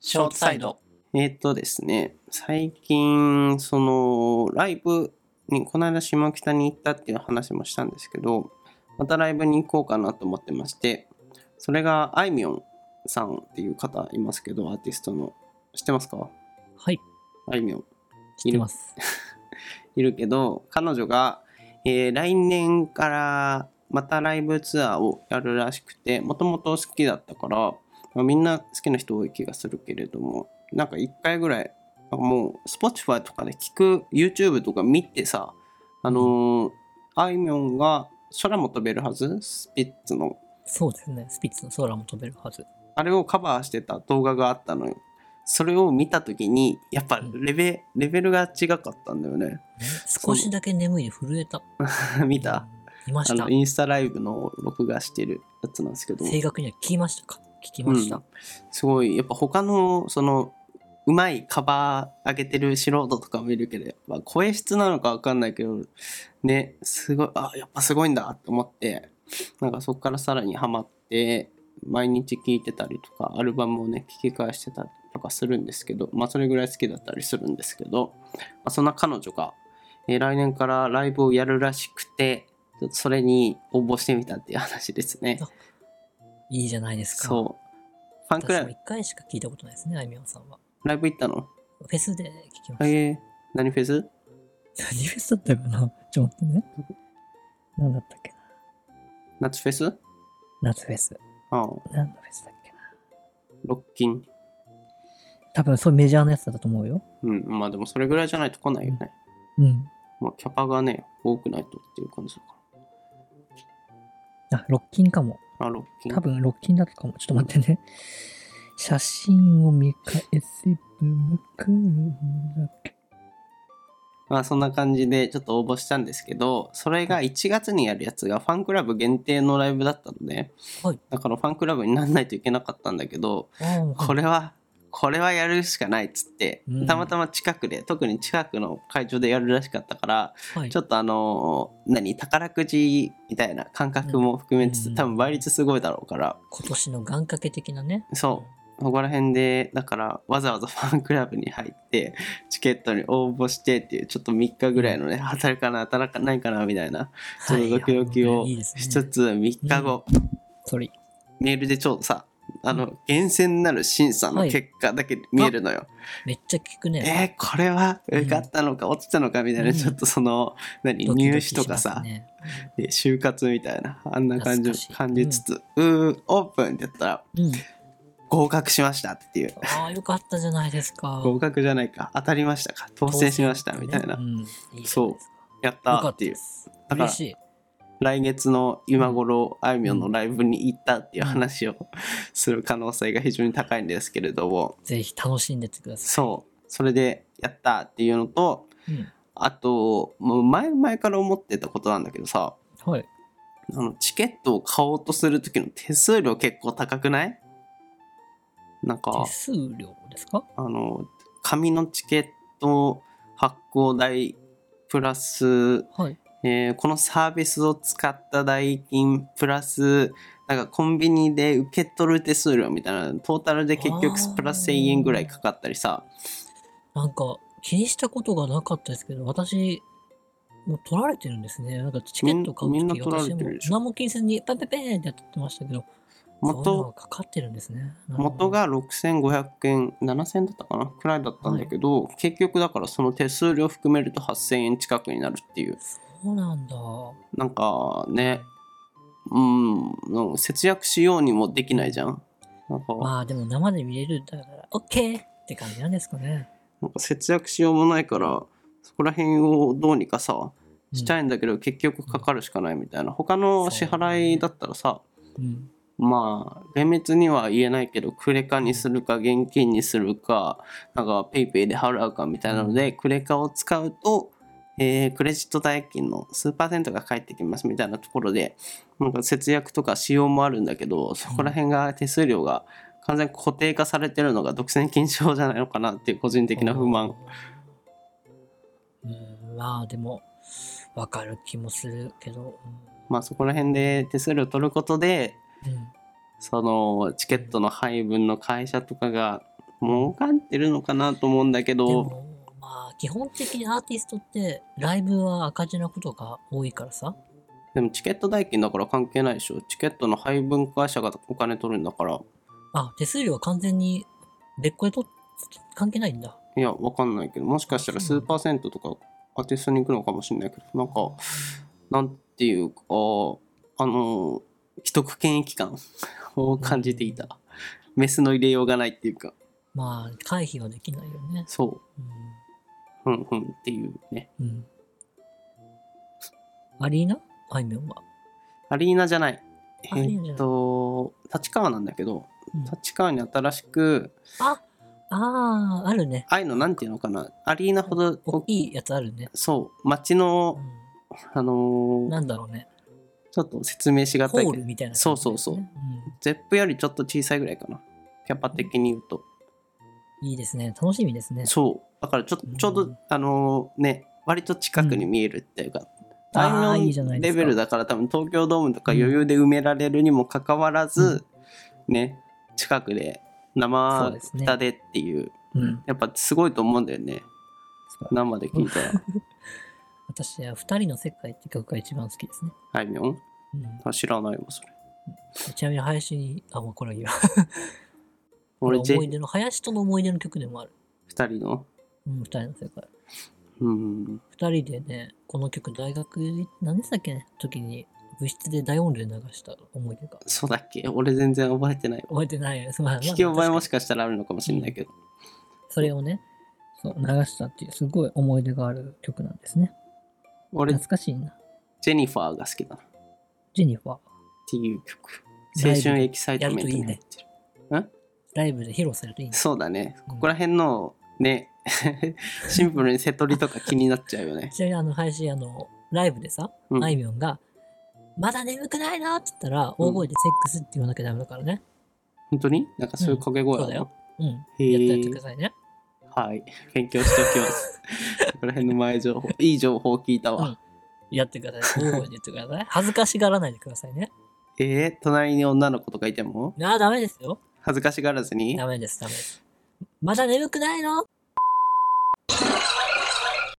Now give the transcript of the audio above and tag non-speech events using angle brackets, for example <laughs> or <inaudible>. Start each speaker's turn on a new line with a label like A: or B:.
A: ショートサイド。
B: えっとですね、最近、その、ライブに、この間下北に行ったっていう話もしたんですけど、またライブに行こうかなと思ってまして、それが、あいみょんさんっていう方いますけど、アーティストの。知ってますか
A: はい。
B: あいみょん。
A: 知ってます。
B: いるけど、彼女が、えー来年からまたライブツアーをやるらしくて、もともと好きだったから、まあみんな好きな人多い気がするけれども、なんか一回ぐらい、あもう Spotify とかで聞く、YouTube とか見てさ、あのーあいみょんが空も飛べるはずスピッツの。
A: そうですね。スピッツの空も飛べるはず。
B: あれをカバーしてた動画があったのよ。それを見たときに、やっぱレベレベルが違かったんだよね。 <laughs>
A: 少しだけ眠いで震えた。
B: 見た
A: いま
B: あ
A: した
B: の。インスタライブの録画してるやつなんですけど
A: 正確には聞きましたか聞きました。
B: うんすごいやっぱ他のそのうまいカバー上げてる素人とかもいるけどやっぱ声質なのか分かんないけどねすごいあやっぱすごいんだって思ってなんかそこからさらにハマって毎日聴いてたりとかアルバムをね聴き返してたりとかするんですけどまあそれぐらい好きだったりするんですけど、まあ、そんな彼女が、えー来年からライブをやるらしくてちょっとそれに応募してみたっていう話ですね。
A: いいじゃないですか。
B: そう。ファンク
A: 私
B: ラ
A: も
B: ブ
A: 一、回しか聞いたことないですね、あいみょんさんは。
B: ライブ行ったの
A: フェスで聞きました。
B: ええ何フェス
A: 何フェスだったかなちょっと待ってね。何だったっけな
B: 夏フェスあ
A: 夏フェス。
B: あ、
A: 何のフェスだっけな
B: ロッキン。
A: 多分そうメジャーなやつだったと思うよ。
B: うん、まあでもそれぐらいじゃないと来ないよね。
A: うん。
B: まあキャパがね、多くないとっていう感じだか
A: あ、ロッキンかも。
B: ら。あ、ロッキン。
A: 多分ロッキンだったかも。ちょっと待ってね。写真を見返せばわかるんだ
B: まあそんな感じでちょっと応募したんですけど、それが1月にやるやつがファンクラブ限定のライブだったので、
A: はい
B: だからファンクラブにならないといけなかったんだけど、
A: あー
B: これは、これはやるしかないっつって
A: う、ん
B: たまたま近くで、特に近くの会場でやるらしかったから、
A: はい
B: ちょっとあのー何宝くじみたいな感覚も含めつつ、
A: うん
B: 多分倍率すごいだろうから
A: 今年の願掛け的なね。
B: そうここら辺でだからわざわざファンクラブに入ってチケットに応募してっていうちょっと3日ぐらいのね当たるかな当たらないかなみたいなちょっとドキドキを
A: いいですね
B: しつつ3日後、
A: それ
B: メールでちょうどさあ
A: う
B: の厳選なる審査の結果だけ見えるのよ。
A: めっちゃ聞くね。
B: えー、これは受かったのか落ちたのかみたいな、
A: うん
B: ちょっとその何
A: ドキド
B: 入
A: キ
B: 試とか
A: します
B: さ、
A: ね
B: で就活みたいなあんな感じ
A: 懐かしい
B: 感じつつ、うーオープンってやったら
A: うん。
B: 合格しましたっていう
A: ああ、よかったじゃないですか。
B: 合格じゃないか当たりましたか当選しましたみたいな、
A: うんいいじゃないですか
B: そうやっ
A: よか
B: た
A: っ
B: ったてい
A: で
B: う
A: す。
B: だから
A: 嬉しい。
B: 来月の今頃あいみょんのライブに行ったっていう話をする可能性が非常に高いんですけれども
A: ぜひ楽しんでってくださ
B: そうそれでやったっていうのと
A: い。うん
B: あともう前々から思ってたことなんだけどさ
A: はい。
B: あのチケットを買おうとする時の手数料結構高くないなんか
A: 手数料ですか
B: あの紙のチケット発行代プラス、
A: はい。
B: えーこのサービスを使った代金プラスなんかコンビニで受け取る手数料みたいなトータルで結
A: あー
B: 局プラス1,000円ぐらいかかったりさ
A: なんか気にしたことがなかったですけど、私、もう取られてるんですね。なんかチケット買う
B: みん
A: と
B: み
A: き、
B: んな取られ
A: 私
B: て
A: も
B: るでしょ
A: 何も気にせずに、ペンペンペンってやってましたけど、そういうのが
B: 元
A: かかってるんですね。なるほ
B: 元、
A: ど
B: が6500円7000円だったかなくらいだったんだけど、結局だからその手数料含めると8,000円近くになるっていう
A: そうなんだ。
B: なんかね、うん、なんか節約しようにもできないじゃん。なんか、
A: まあでも生で見れるんだから、オッケーって感じなんですかね。
B: なんか節約しようもないから、そこら辺をどうにかさ、した
A: い。
B: いんだけど、結局かかるしかないみたいな。他の支払いだったらさ、
A: うん。
B: まあ、厳密には言えないけど、クレカにするか、現金にするか、なんか、ペイペイで払うかみたいなので、クレカを使うと、えークレジット代金の数パーセントが返ってきますみたいなところで、なんか節約とか仕様もあるんだけど、そこら辺が手数料が完全に固定化されてるのが独占禁止法じゃないのかなっていう個人的な不満。
A: うん、まあでも、わかる気もするけど、
B: まあ、そこら辺で手数料取ることで、
A: うん。うん
B: そのチケットの配分の会社とかが儲かってるのかなと思うんだけ
A: で
B: ど、
A: も、まあ、基本的にアーティストって、ライブは赤字なことが多いからさ。
B: でもチケット代金だから関係ないでしょ。チケットの配分会社がお金取るんだから。
A: あ、手数料は完全に別個で取っ、関係ないんだ。
B: いや、わかんないけど、もしかしたら数パーセントとかアーティストに行くのかもしれないけど、なんか、なんていうか、あの、既得権益感 <laughs> を感じていた。メスの入れようがないっていうか、
A: まあ、回避はできないよね。
B: そう、ふんふんっていうね。
A: うん。うん、アリーナあいみょんは。
B: アリーナじゃない。え
A: アリー
B: ー
A: ナじゃない
B: っと、立川なんだけど、
A: うん
B: 立川に新しく、
A: ああー、あるね。
B: ああいうのなんていうのかな、アリーナほど、
A: 大きいやつあるね。
B: そう、街
A: う
B: の、
A: ん
B: あのー
A: なんだろうね。
B: ちょっと説明しが
A: ホ
B: たい
A: ー
B: けど
A: ル、みたいな、ね。。
B: そうそうそうんゼップよりちょっと小さいぐらいかな、キャパ的に言うと。
A: いいですね。楽しみですね。
B: そう、だからちょ
A: うん
B: ちょうど、あのーね、割と近くに見えるっていうか、
A: あー
B: あい
A: いいじゃないです
B: レ
A: か
B: ベルだから、多分東京ドームとか余裕で埋められるにもかかわらず、ね、近くで
A: そう
B: 生
A: ですね
B: 歌でっていう
A: うん。
B: やっぱすごいと思うんだよね、生で聞いた
A: <laughs>
B: ら。
A: 私は二人の世界って曲が一番好きですね。
B: あいみょん
A: うん
B: あ知らないわ、それ。
A: ちなみに林に、あ、もうこれはいいわ。これ
B: 俺、
A: 思い
B: J2
A: 出の、林との思い出の曲でもある。
B: 人の。
A: うん、二人の世界。
B: うん。
A: 二人でね、この曲、大学、何でしたっけね、時に、部室で大音量で流した思い出が。
B: そうだっけ俺全然覚えてないわ。
A: 覚えてないよ。 <laughs> すまん。
B: 聞き覚えも
A: し
B: しかしたらあるのかもしれないけど。
A: それをね、そう、流したっていう、すごい思い出がある曲なんですね。
B: 俺
A: 懐、かしいな。
B: ジェニファーが好きだな。っ
A: ジェニファー。
B: ていう曲。
A: ラ
B: 青
A: イブ
B: 春エキサイトメントに
A: や
B: 入っ
A: る
B: てる。
A: ライブで披露されるといいね。
B: そうだね。
A: うん
B: ここら辺のね、 <laughs> シンプルに瀬戸りとか気になっちゃうよね。
A: ちなみにあの林あのライブでさ、
B: うん
A: あいみょんが「まだ眠くないな」って言ったら大声で「セックス」って言わなきゃダメだからね
B: 本当になんかそういう掛け声
A: うんそうだ
B: なの
A: ようん
B: へ
A: やって
B: ー
A: やってくださいね
B: はい。勉強しておきます。 <laughs> ここら辺の前情報。いい情報聞いたわ。
A: やってください大声で言ってください恥ずかしがらないでくださいね
B: えー、隣に女の子とかいても
A: ああダメですよ
B: 恥ずかしがらずに
A: ダメですダメですまだ眠くないの